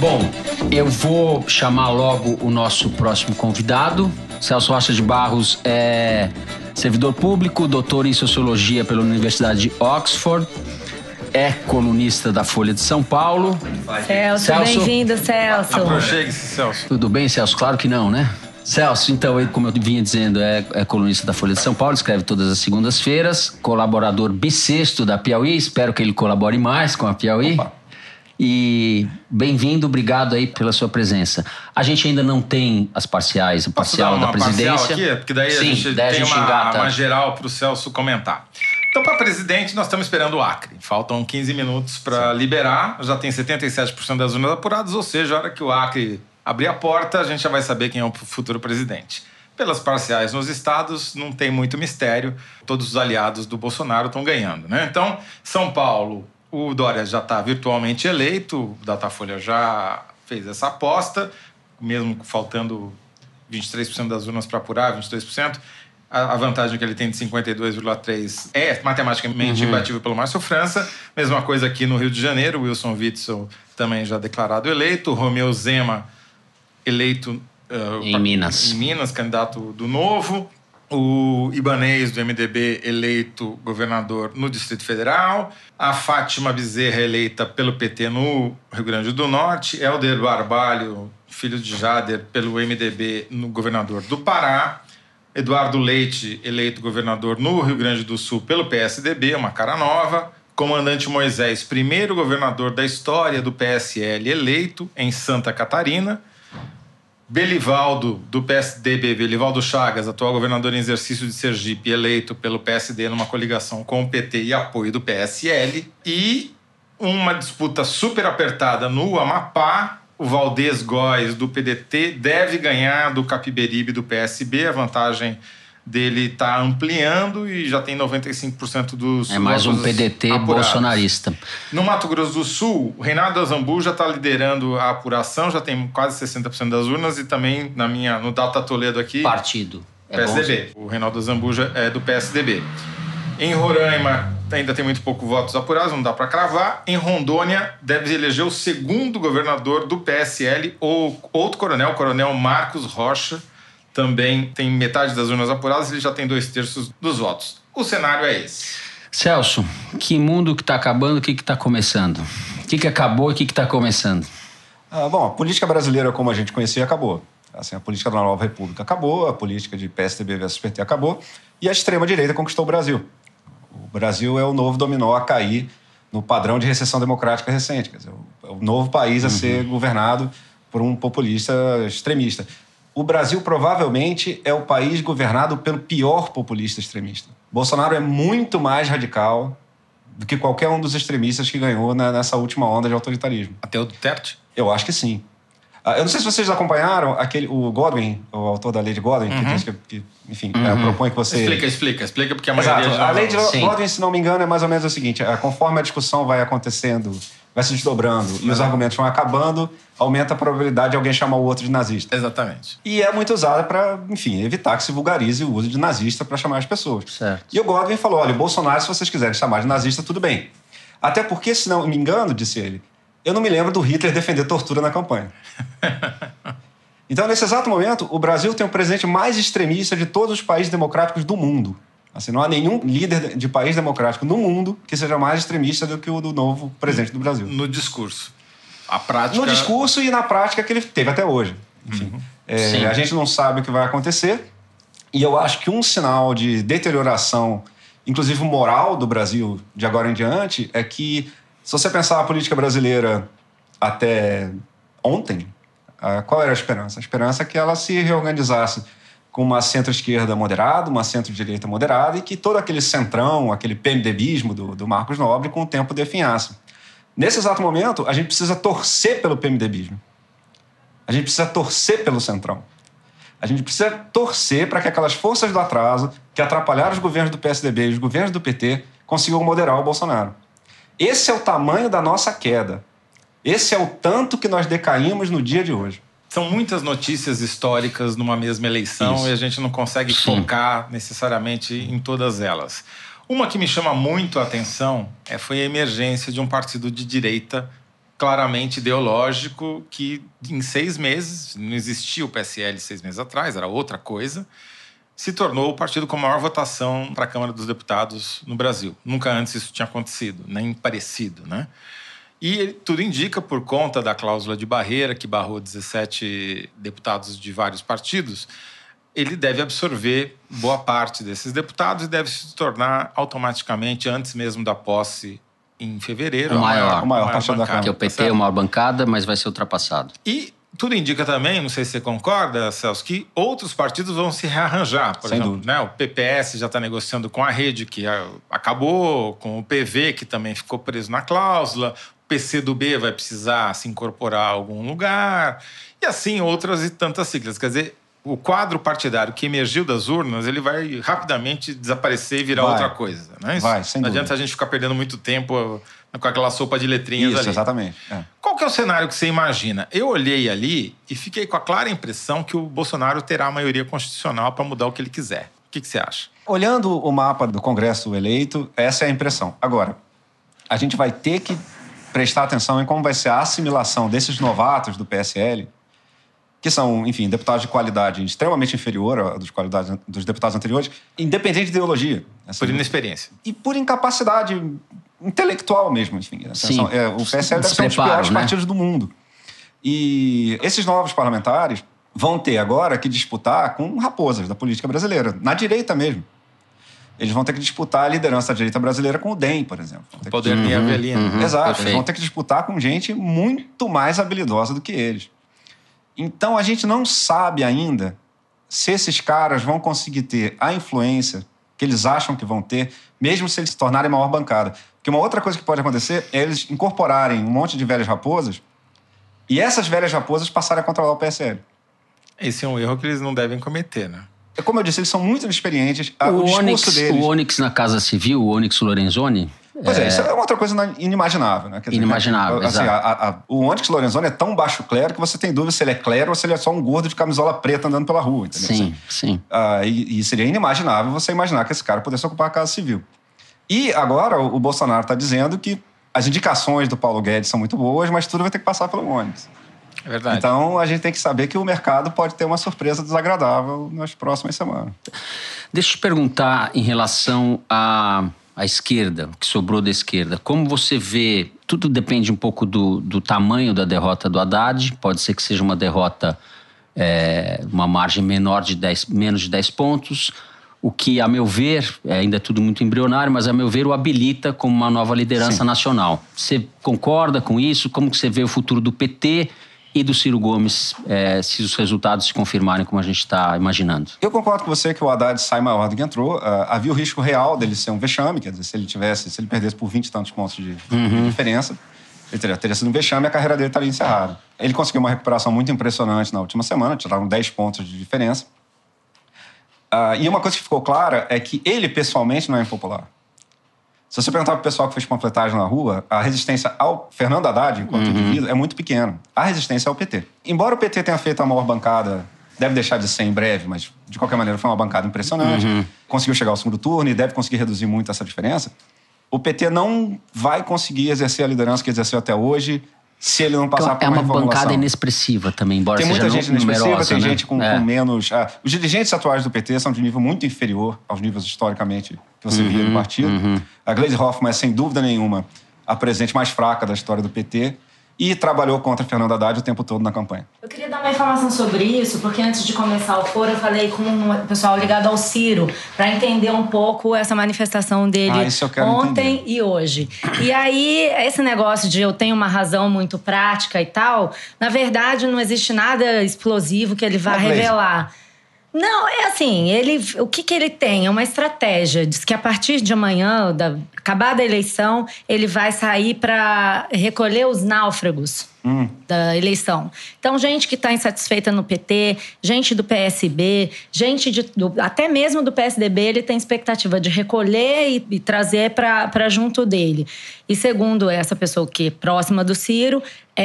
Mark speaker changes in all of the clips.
Speaker 1: Bom, eu vou chamar logo o nosso próximo convidado. Celso Rocha de Barros é servidor público, doutor em sociologia pela Universidade de Oxford. É colunista da Folha de São Paulo.
Speaker 2: Celso,
Speaker 1: Celso.
Speaker 2: bem-vindo, Celso.
Speaker 3: Aproxegue-se, Celso.
Speaker 1: Tudo bem, Celso? Claro que não, né? Celso, então, ele, como eu vinha dizendo, é, é colunista da Folha de São Paulo, escreve todas as segundas-feiras, colaborador bissexto da Piauí, espero que ele colabore mais com a Piauí. E bem-vindo, obrigado aí pela sua presença. A gente ainda não tem as parciais, o
Speaker 3: Posso dar
Speaker 1: parcial da
Speaker 3: uma
Speaker 1: presidência.
Speaker 3: parcial aqui? Porque daí
Speaker 1: Sim,
Speaker 3: a gente
Speaker 1: daí
Speaker 3: tem
Speaker 1: a gente
Speaker 3: uma,
Speaker 1: engata.
Speaker 3: uma geral para o Celso comentar. Então, para presidente, nós estamos esperando o Acre. Faltam 15 minutos para liberar. Já tem 77% das urnas apuradas, ou seja, a hora que o Acre abrir a porta, a gente já vai saber quem é o futuro presidente. Pelas parciais nos estados, não tem muito mistério. Todos os aliados do Bolsonaro estão ganhando, né? Então, São Paulo, o Dória já está virtualmente eleito, o Datafolha já fez essa aposta, mesmo faltando 23% das urnas para apurar, 23%. A a vantagem que ele tem de 52,3% é matematicamente imbatível pelo Márcio França. Mesma coisa aqui no Rio de Janeiro, Wilson Witzel também já declarado eleito. Romeu Zema eleito eh,
Speaker 1: Em
Speaker 3: pra-
Speaker 1: Minas.
Speaker 3: em Minas, candidato do Novo. O Ibanês do MDB eleito governador no Distrito Federal. A Fátima Bezerra eleita pelo PT no Rio Grande do Norte. Helder Barbalho, filho de Jader, pelo MDB no governador do Pará. Eduardo Leite, eleito governador no Rio Grande do Sul pelo PSDB, uma cara nova. Comandante Moisés, primeiro governador da história do PSL eleito em Santa Catarina. Belivaldo, do PSDB, Belivaldo Chagas, atual governador em exercício de Sergipe, eleito pelo PSD numa coligação com o PT e apoio do PSL. E uma disputa super apertada no Amapá. O Valdez Góes, do PDT, deve ganhar do Capiberibe, do PSB. A vantagem dele está ampliando e já tem 95% dos
Speaker 1: É mais um
Speaker 3: votos
Speaker 1: PDT
Speaker 3: apurados.
Speaker 1: bolsonarista.
Speaker 3: No Mato Grosso do Sul, o Reinaldo Azambu já está liderando a apuração, já tem quase 60% das urnas e também na minha, no Data Toledo aqui,
Speaker 1: Partido. É
Speaker 3: PSDB. O Reinaldo Azambu já é do PSDB. Em Roraima, ainda tem muito pouco votos apurados, não dá para cravar. Em Rondônia, deve eleger o segundo governador do PSL, ou outro coronel, o coronel Marcos Rocha, também tem metade das urnas apuradas, ele já tem dois terços dos votos. O cenário é esse.
Speaker 1: bom. Celso, que mundo que está acabando, o que que está começando? O que que acabou e o que que está começando?
Speaker 4: Ah, bom, a política brasileira como a gente conhecia acabou. Assim, a política da Nova República acabou, a política de PSDB versus PT acabou e a extrema-direita conquistou o Brasil. O Brasil é o novo dominó a cair no padrão de recessão democrática recente. Quer dizer, o- é o novo país a ser governado por um populista extremista. O Brasil provavelmente é o país governado pelo pior populista extremista. Bolsonaro é muito mais radical do que qualquer um dos extremistas que ganhou na- nessa última onda de autoritarismo.
Speaker 3: Até o Duterte?
Speaker 4: Eu acho que sim. Ah, Eu não sei se vocês acompanharam aquele, o Godwin, o autor da lei de Godwin, que diz que, que, enfim, eh, propõe que você.
Speaker 3: Explica, explica, explica, porque a maioria
Speaker 4: Exato.
Speaker 3: já
Speaker 4: A lei de
Speaker 1: Sim.
Speaker 4: Godwin, se não me engano, é mais ou menos o seguinte: eh, conforme a discussão vai acontecendo, vai se desdobrando e os argumentos vão acabando, aumenta a probabilidade de alguém chamar o outro de nazista.
Speaker 3: Exatamente.
Speaker 4: E é muito usada para, enfim, evitar que se vulgarize o uso de nazista para chamar as pessoas.
Speaker 1: Certo.
Speaker 4: E o Godwin falou: olha, Bolsonaro, se vocês quiserem chamar de nazista, tudo bem. Até porque, se não me engano, disse ele, eu não me lembro do Hitler defender tortura na campanha. Então, nesse exato momento, o Brasil tem o presidente mais extremista de todos os países democráticos do mundo. Assim, não há nenhum líder de país democrático no mundo que seja mais extremista do que o do novo presidente do Brasil.
Speaker 3: No discurso. A prática.
Speaker 4: No discurso e na prática que ele teve até hoje. Enfim, é,
Speaker 1: Sim.
Speaker 4: a gente não sabe o que vai acontecer. E eu acho que um sinal de deterioração, inclusive moral, do Brasil de agora em diante, é que se você pensar a política brasileira até ontem, ah, qual era a esperança? A esperança é que ela se reorganizasse com uma centro-esquerda moderada, uma centro-direita moderada e que todo aquele centrão, aquele PMDBismo do, do Marcos Nobre, com o tempo definhasse. Nesse exato momento, a gente precisa torcer pelo PMDBismo. A gente precisa torcer pelo Centrão. A gente precisa torcer para que aquelas forças do atraso que atrapalharam os governos do PSDB e os governos do PT consigam moderar o Bolsonaro. Esse é o tamanho da nossa queda. Esse é o tanto que nós decaímos no dia de hoje.
Speaker 3: São muitas notícias históricas numa mesma eleição
Speaker 4: Isso.
Speaker 3: e a gente não consegue
Speaker 1: Sim.
Speaker 3: focar necessariamente em todas elas. Uma que me chama muito a atenção é, foi a emergência de um partido de direita claramente ideológico que em seis meses, não existia o PSL seis meses atrás, era outra coisa, se tornou o partido com a maior votação para a Câmara dos Deputados no Brasil. Nunca antes isso tinha acontecido, nem parecido, né? E ele- tudo indica, por conta da cláusula de barreira, que barrou 17 deputados de vários partidos, ele deve absorver boa parte desses deputados e deve se tornar automaticamente, antes mesmo da posse em fevereiro,
Speaker 1: O
Speaker 3: a
Speaker 1: maior.
Speaker 4: O maior partido da
Speaker 3: bancada.
Speaker 4: Câmara.
Speaker 1: Que é o PT, é uma maior bancada, mas vai ser ultrapassado.
Speaker 3: E tudo indica também, não sei se você concorda, Celso, que outros partidos vão se rearranjar. Por
Speaker 4: Sem
Speaker 3: exemplo,
Speaker 4: dúvida.
Speaker 3: né, o PPS já está negociando com a rede, que ah, acabou, com o PV, que também ficou preso na cláusula. O PCdoB vai precisar se incorporar a algum lugar. E assim, outras e tantas siglas. Quer dizer, o quadro partidário que emergiu das urnas, ele vai rapidamente desaparecer e virar
Speaker 4: Vai.
Speaker 3: outra coisa. Né? Isso-
Speaker 4: Vai, sem
Speaker 3: não
Speaker 4: dúvida.
Speaker 3: adianta a gente ficar perdendo muito tempo ah, com aquela sopa de letrinhas
Speaker 4: Isso,
Speaker 3: ali.
Speaker 4: exatamente. É.
Speaker 3: Qual que é o cenário que você imagina? Eu olhei ali e fiquei com a clara impressão que o Bolsonaro terá a maioria constitucional para mudar o que ele quiser. O que, que você acha?
Speaker 4: Olhando o mapa do Congresso eleito, essa é a impressão. Agora, a gente vai ter que prestar atenção em como vai ser a assimilação desses novatos do PSL, que são, enfim, deputados de qualidade extremamente inferior à dos, qualidades, dos deputados anteriores, independente de ideologia. Assim,
Speaker 3: Por inexperiência.
Speaker 4: e por incapacidade intelectual mesmo, enfim. Essa-
Speaker 1: Sim.
Speaker 4: é, o PSL deve ser um dos
Speaker 1: Despreparo,
Speaker 4: piores
Speaker 1: né?
Speaker 4: partidos do mundo. E esses novos parlamentares vão ter agora que disputar com raposas da política brasileira, na direita mesmo. Eles vão ter que disputar a liderança da direita brasileira com o DEM, por exemplo. Vão ter que
Speaker 3: Poder de Avelino.
Speaker 1: uhum.
Speaker 4: Exato, eles
Speaker 1: perfeito.
Speaker 4: vão ter que disputar com gente muito mais habilidosa do que eles. Então a gente não sabe ainda se esses caras vão conseguir ter a influência que eles acham que vão ter, mesmo se eles se tornarem maior bancada. Porque uma outra coisa que pode acontecer é eles incorporarem um monte de velhas raposas e essas velhas raposas passarem a controlar o PSL.
Speaker 3: Esse é um erro que eles não devem cometer, né?
Speaker 4: É como eu disse, eles são muito inexperientes. Ah,
Speaker 1: o,
Speaker 4: o discurso
Speaker 1: Onyx,
Speaker 4: deles.
Speaker 1: o Onyx na Casa Civil, o Onyx Lorenzoni,
Speaker 4: Pois é, isso é outra coisa na- inimaginável, né? Quer dizer,
Speaker 1: Inimaginável,
Speaker 4: assim,
Speaker 1: exato.
Speaker 4: a- a- a- o Onyx Lorenzoni é tão baixo clero que você tem dúvida se ele é clero ou se ele é só um gordo de camisola preta andando pela rua, entendeu?
Speaker 1: sim,
Speaker 4: Assim,
Speaker 1: sim.
Speaker 4: ah, e, e seria inimaginável você imaginar que esse cara pudesse ocupar a Casa Civil. E agora o, o Bolsonaro está dizendo que as indicações do Paulo Guedes são muito boas, mas tudo vai ter que passar pelo Onyx.
Speaker 3: É verdade.
Speaker 4: Então a gente tem que saber que o mercado pode ter uma surpresa desagradável nas próximas semanas.
Speaker 1: Deixa eu te perguntar em relação à, à esquerda, o que sobrou da esquerda. Como você vê, tudo depende um pouco do, do tamanho da derrota do Haddad, pode ser que seja uma derrota, é, uma margem menor de 10, menos de 10 pontos, o que, a meu ver, é, ainda é tudo muito embrionário, mas a meu ver o habilita como uma nova liderança nacional. Você concorda com isso? Como que você vê o futuro do PT e do Ciro Gomes, é, se os resultados se confirmarem como a gente está imaginando?
Speaker 4: Eu concordo com você que o Haddad sai maior do que entrou. Ah, havia o risco real dele ser um vexame, quer dizer, se ele tivesse, se ele perdesse por 20 e tantos pontos de, de diferença, ele teria, teria sido um vexame e a carreira dele estaria encerrada. Ele conseguiu uma recuperação muito impressionante na última semana, tiraram 10 pontos de diferença. Ah, e uma coisa que ficou clara é que ele pessoalmente não é impopular. Se você perguntar pro pessoal que fez panfletagem na rua, a resistência ao Fernando Haddad, enquanto
Speaker 1: Uhum.
Speaker 4: indivíduo, é muito pequena. A resistência ao PT. Embora o PT tenha feito a maior bancada, deve deixar de ser em breve, mas de qualquer maneira foi uma bancada impressionante.
Speaker 1: Uhum.
Speaker 4: Conseguiu chegar ao segundo turno e deve conseguir reduzir muito essa diferença. O PT não vai conseguir exercer a liderança que exerceu até hoje se ele não passar
Speaker 1: Então,
Speaker 4: por
Speaker 1: é
Speaker 4: uma
Speaker 1: uma bancada
Speaker 4: reformulação.
Speaker 1: inexpressiva também, embora
Speaker 4: Tem
Speaker 1: seja
Speaker 4: muita gente
Speaker 1: nu-
Speaker 4: inexpressiva,
Speaker 1: numerosa,
Speaker 4: tem
Speaker 1: né?
Speaker 4: gente com,
Speaker 1: É.
Speaker 4: com menos. ah, os dirigentes atuais do PT são de nível muito inferior aos níveis historicamente que você via
Speaker 1: Uhum,
Speaker 4: no partido. A Gleisi Hoffmann é, sem dúvida nenhuma, a presidente mais fraca da história do PT e trabalhou contra Fernando Haddad o tempo todo na campanha.
Speaker 2: Eu queria dar uma informação sobre isso, porque antes de começar o foro, eu falei com o pessoal ligado ao Ciro, para entender um pouco essa manifestação dele
Speaker 4: Ah, isso eu quero
Speaker 2: ontem e hoje. E aí, esse negócio de eu tenho uma razão muito prática e tal, na verdade, não existe nada explosivo que ele vá
Speaker 4: Uma blazer.
Speaker 2: revelar. Não, é assim, ele, o que, que ele tem? É uma estratégia. Diz que a partir de amanhã, da, acabada a eleição, ele vai sair para recolher os náufragos da eleição. Então, gente que está insatisfeita no PT, gente do PSB, gente de, do- até mesmo do PSDB, ele tem expectativa de recolher e, e trazer para junto dele. E segundo essa pessoa que é próxima do Ciro,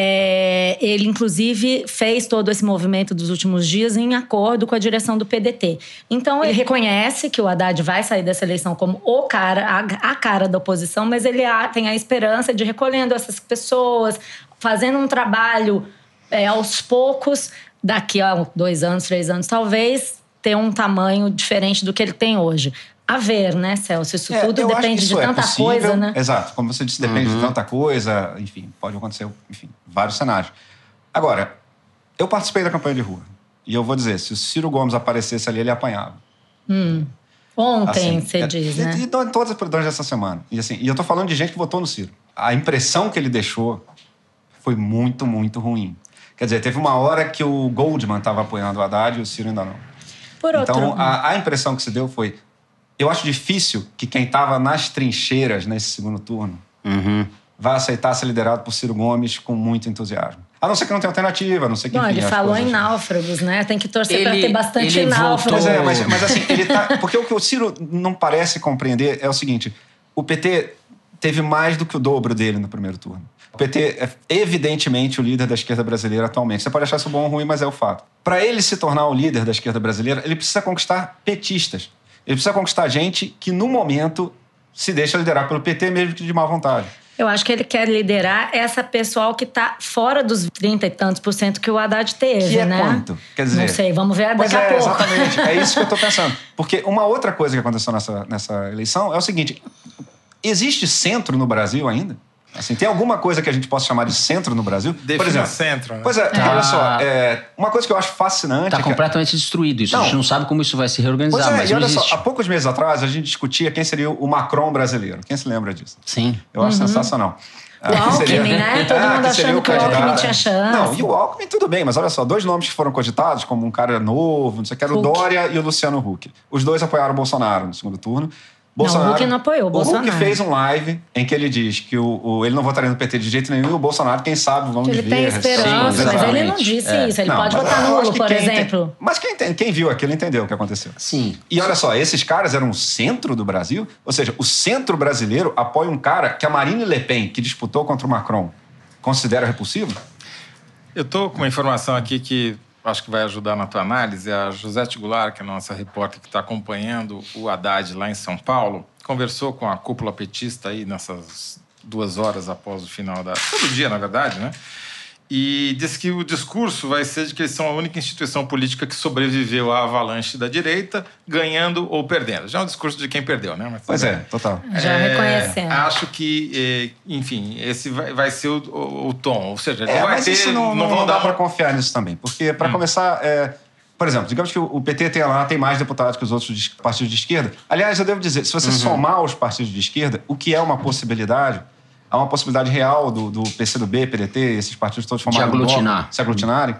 Speaker 2: é, ele inclusive fez todo esse movimento dos últimos dias em acordo com a direção do PDT. Então ele reconhece que o Haddad vai sair dessa eleição como o cara, a, a cara cara da oposição, mas ele há- tem a esperança de recolhendo essas pessoas, fazendo um trabalho é, aos poucos, daqui a dois anos, três anos, talvez, ter um tamanho diferente do que ele tem hoje. A ver, né, Celso? Isso
Speaker 4: É,
Speaker 2: tudo
Speaker 4: eu acho
Speaker 2: depende
Speaker 4: que
Speaker 2: de
Speaker 4: isso é
Speaker 2: tanta
Speaker 4: possível.
Speaker 2: coisa, né?
Speaker 4: Exato, como você disse, depende
Speaker 1: Uhum.
Speaker 4: de tanta coisa, enfim, pode acontecer, enfim, vários cenários. Agora, eu participei da campanha de rua. E eu vou dizer, se o Ciro Gomes aparecesse ali, ele apanhava.
Speaker 2: Ontem,
Speaker 4: Assim,
Speaker 2: você
Speaker 4: é,
Speaker 2: diz,
Speaker 4: e,
Speaker 2: né?
Speaker 4: E to- todas as produções dessa semana. E assim, e eu tô falando de gente que votou no Ciro. A impressão que ele deixou foi muito, muito ruim. Quer dizer, teve uma hora que o Goldman estava apoiando o Haddad e o Ciro ainda não.
Speaker 2: Por outro
Speaker 4: Então, a, a impressão que se deu foi... Eu acho difícil que quem estava nas trincheiras nesse segundo turno
Speaker 1: Uhum.
Speaker 4: vai aceitar ser liderado por Ciro Gomes com muito entusiasmo. A não ser que não tenha alternativa, a não ser que...
Speaker 2: Bom,
Speaker 4: enfim,
Speaker 2: ele
Speaker 4: as
Speaker 2: falou em
Speaker 4: coisas- assim.
Speaker 2: náufragos, né? Tem que torcer para
Speaker 1: Ele-
Speaker 2: ter bastante
Speaker 1: ele
Speaker 2: náufragos.
Speaker 4: Pois é,
Speaker 1: voltou-
Speaker 4: mas, mas assim, ele tá. Porque o que o Ciro não parece compreender é o seguinte: o PT teve mais do que o dobro dele no primeiro turno. O PT é evidentemente o líder da esquerda brasileira atualmente. Você pode achar isso bom ou ruim, mas é o fato. Para ele se tornar o líder da esquerda brasileira, ele precisa conquistar petistas. Ele precisa conquistar gente que, no momento, se deixa liderar pelo PT, mesmo que de má vontade.
Speaker 2: Eu acho que ele quer liderar essa pessoal que tá fora dos 30 e tantos por cento que o Haddad teve,
Speaker 4: Que é
Speaker 2: né?
Speaker 4: quanto? Quer dizer-
Speaker 2: Não sei, vamos ver
Speaker 4: Pois
Speaker 2: daqui a
Speaker 4: é,
Speaker 2: pouco.
Speaker 4: exatamente. É isso que eu tô pensando. Porque uma outra coisa que aconteceu nessa, nessa eleição é o seguinte: existe centro no Brasil ainda? Assim, tem alguma coisa que a gente possa chamar de centro no Brasil? Por
Speaker 3: Defina
Speaker 4: exemplo.
Speaker 3: centro, né?
Speaker 4: Pois é, porque
Speaker 1: Tá.
Speaker 4: olha só, é, uma coisa que eu acho fascinante. é
Speaker 1: Tá
Speaker 4: que-
Speaker 1: completamente destruído isso.
Speaker 4: Não.
Speaker 1: A gente não sabe como isso vai se
Speaker 4: Pois
Speaker 1: reorganizar,
Speaker 4: é,
Speaker 1: mas
Speaker 4: e
Speaker 1: não
Speaker 4: olha
Speaker 1: existe.
Speaker 4: só, há poucos meses atrás a gente discutia quem seria o Macron brasileiro. Quem se lembra disso?
Speaker 1: Sim.
Speaker 4: Eu acho sensacional. Ah,
Speaker 2: Uhum. O
Speaker 4: que seria-
Speaker 2: Alckmin, né? Todo
Speaker 4: Ah,
Speaker 2: mundo
Speaker 4: que seria
Speaker 2: achando que o
Speaker 4: candidato.
Speaker 2: Alckmin tinha chance.
Speaker 4: Não, e o Alckmin tudo bem, mas olha só, dois nomes que foram cogitados como um cara novo, não sei o que, era o
Speaker 2: Huck.
Speaker 4: Dória e o Luciano Huck. Os dois apoiaram o Bolsonaro no segundo turno. Bolsonaro,
Speaker 2: o Huck não apoiou, o Bolsonaro.
Speaker 4: Huck fez um live em que ele diz que o, o- ele não votaria no PT de jeito nenhum e o Bolsonaro, quem sabe, assim, vamos
Speaker 2: Ele
Speaker 4: ver.
Speaker 2: tem esperança,
Speaker 1: sim,
Speaker 2: mas ele
Speaker 1: exatamente.
Speaker 2: não disse
Speaker 1: É.
Speaker 2: isso. Ele
Speaker 4: Não,
Speaker 2: pode
Speaker 4: mas
Speaker 2: votar
Speaker 4: eu acho
Speaker 2: nulo,
Speaker 4: que
Speaker 2: por
Speaker 4: quem tem-
Speaker 2: exemplo.
Speaker 4: mas quem, tem- quem viu aquilo entendeu o que aconteceu.
Speaker 1: Sim.
Speaker 4: E olha só, esses caras eram o centro do Brasil, ou seja, o centro brasileiro apoia um cara que a Marine Le Pen, que disputou contra o Macron, considera repulsivo?
Speaker 3: Eu estou com uma informação aqui que acho que vai ajudar na tua análise. A Josete Goulart, que é a nossa repórter que está acompanhando o Haddad lá em São Paulo, conversou com a cúpula petista aí nessas duas horas após o final da. todo dia, na verdade, né? E disse que o discurso vai ser de que eles são a única instituição política que sobreviveu à avalanche da direita, ganhando ou perdendo. Já é um discurso de quem perdeu, né? Mas
Speaker 4: Pois
Speaker 3: tudo
Speaker 4: é, ah, total.
Speaker 2: Já
Speaker 3: é,
Speaker 2: reconhecendo.
Speaker 3: Acho que, é, enfim, esse vai, vai ser o, o- o tom. Ou seja,
Speaker 4: É,
Speaker 3: não vai
Speaker 4: mas
Speaker 3: ter.
Speaker 4: isso não, não,
Speaker 3: vão
Speaker 4: não dá
Speaker 3: dar Hum.
Speaker 4: pra
Speaker 3: uma...
Speaker 4: confiar nisso também. Porque, pra começar, é, por exemplo, digamos que o o PT tem lá, tem mais deputados que os outros dis- partidos de esquerda. Aliás, eu devo dizer, se
Speaker 3: Uhum.
Speaker 4: você somar os partidos de esquerda, o que é uma possibilidade, há uma possibilidade real do, do PCdoB, PDT, esses partidos todos formados em bloco,
Speaker 1: aglutinar.
Speaker 4: se aglutinarem,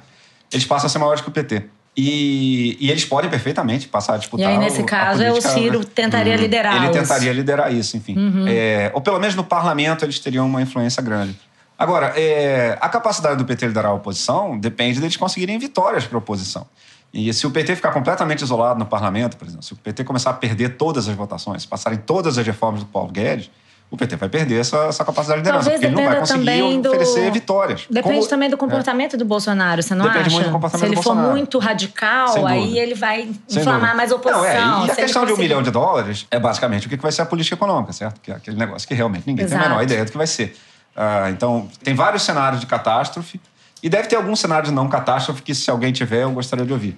Speaker 4: eles passam a ser maiores que o PT. E, e eles podem perfeitamente passar a
Speaker 2: E
Speaker 4: disputar.
Speaker 2: aí, nesse
Speaker 4: o- a
Speaker 2: caso, é o
Speaker 4: política,
Speaker 2: Ciro
Speaker 4: né?
Speaker 2: tentaria liderar. Uhum.
Speaker 4: Ele tentaria liderar isso, enfim. É, ou pelo menos no parlamento eles teriam uma influência grande. Agora, é, a capacidade do PT liderar a oposição depende deles conseguirem vitórias para a oposição. E se o PT ficar completamente isolado no parlamento, por exemplo, se o PT começar a perder todas as votações, passarem todas as reformas do Paulo Guedes, o PT vai perder essa, essa capacidade de liderança,
Speaker 2: Talvez
Speaker 4: porque ele não vai
Speaker 2: dependa
Speaker 4: conseguir
Speaker 2: também do-
Speaker 4: oferecer vitórias.
Speaker 2: Depende
Speaker 4: Como- é.
Speaker 2: também do comportamento do Bolsonaro, você não
Speaker 4: Depende
Speaker 2: acha?
Speaker 4: muito do comportamento
Speaker 2: Se ele
Speaker 4: do
Speaker 2: for
Speaker 4: Bolsonaro.
Speaker 2: muito
Speaker 4: Sem
Speaker 2: radical, aí
Speaker 4: dúvida.
Speaker 2: ele vai
Speaker 4: Sem
Speaker 2: inflamar
Speaker 4: dúvida.
Speaker 2: mais a oposição.
Speaker 4: Não, é, e
Speaker 2: Se
Speaker 4: a
Speaker 2: ele
Speaker 4: questão de um
Speaker 2: conseguir-
Speaker 4: milhão de dólares é basicamente o que que vai ser a política econômica, certo? Que é aquele negócio que realmente ninguém
Speaker 2: Exato.
Speaker 4: tem a menor ideia do que vai ser. Ah, então, tem vários cenários de catástrofe e deve ter algum cenário de não catástrofe que, se alguém tiver, eu gostaria de ouvir.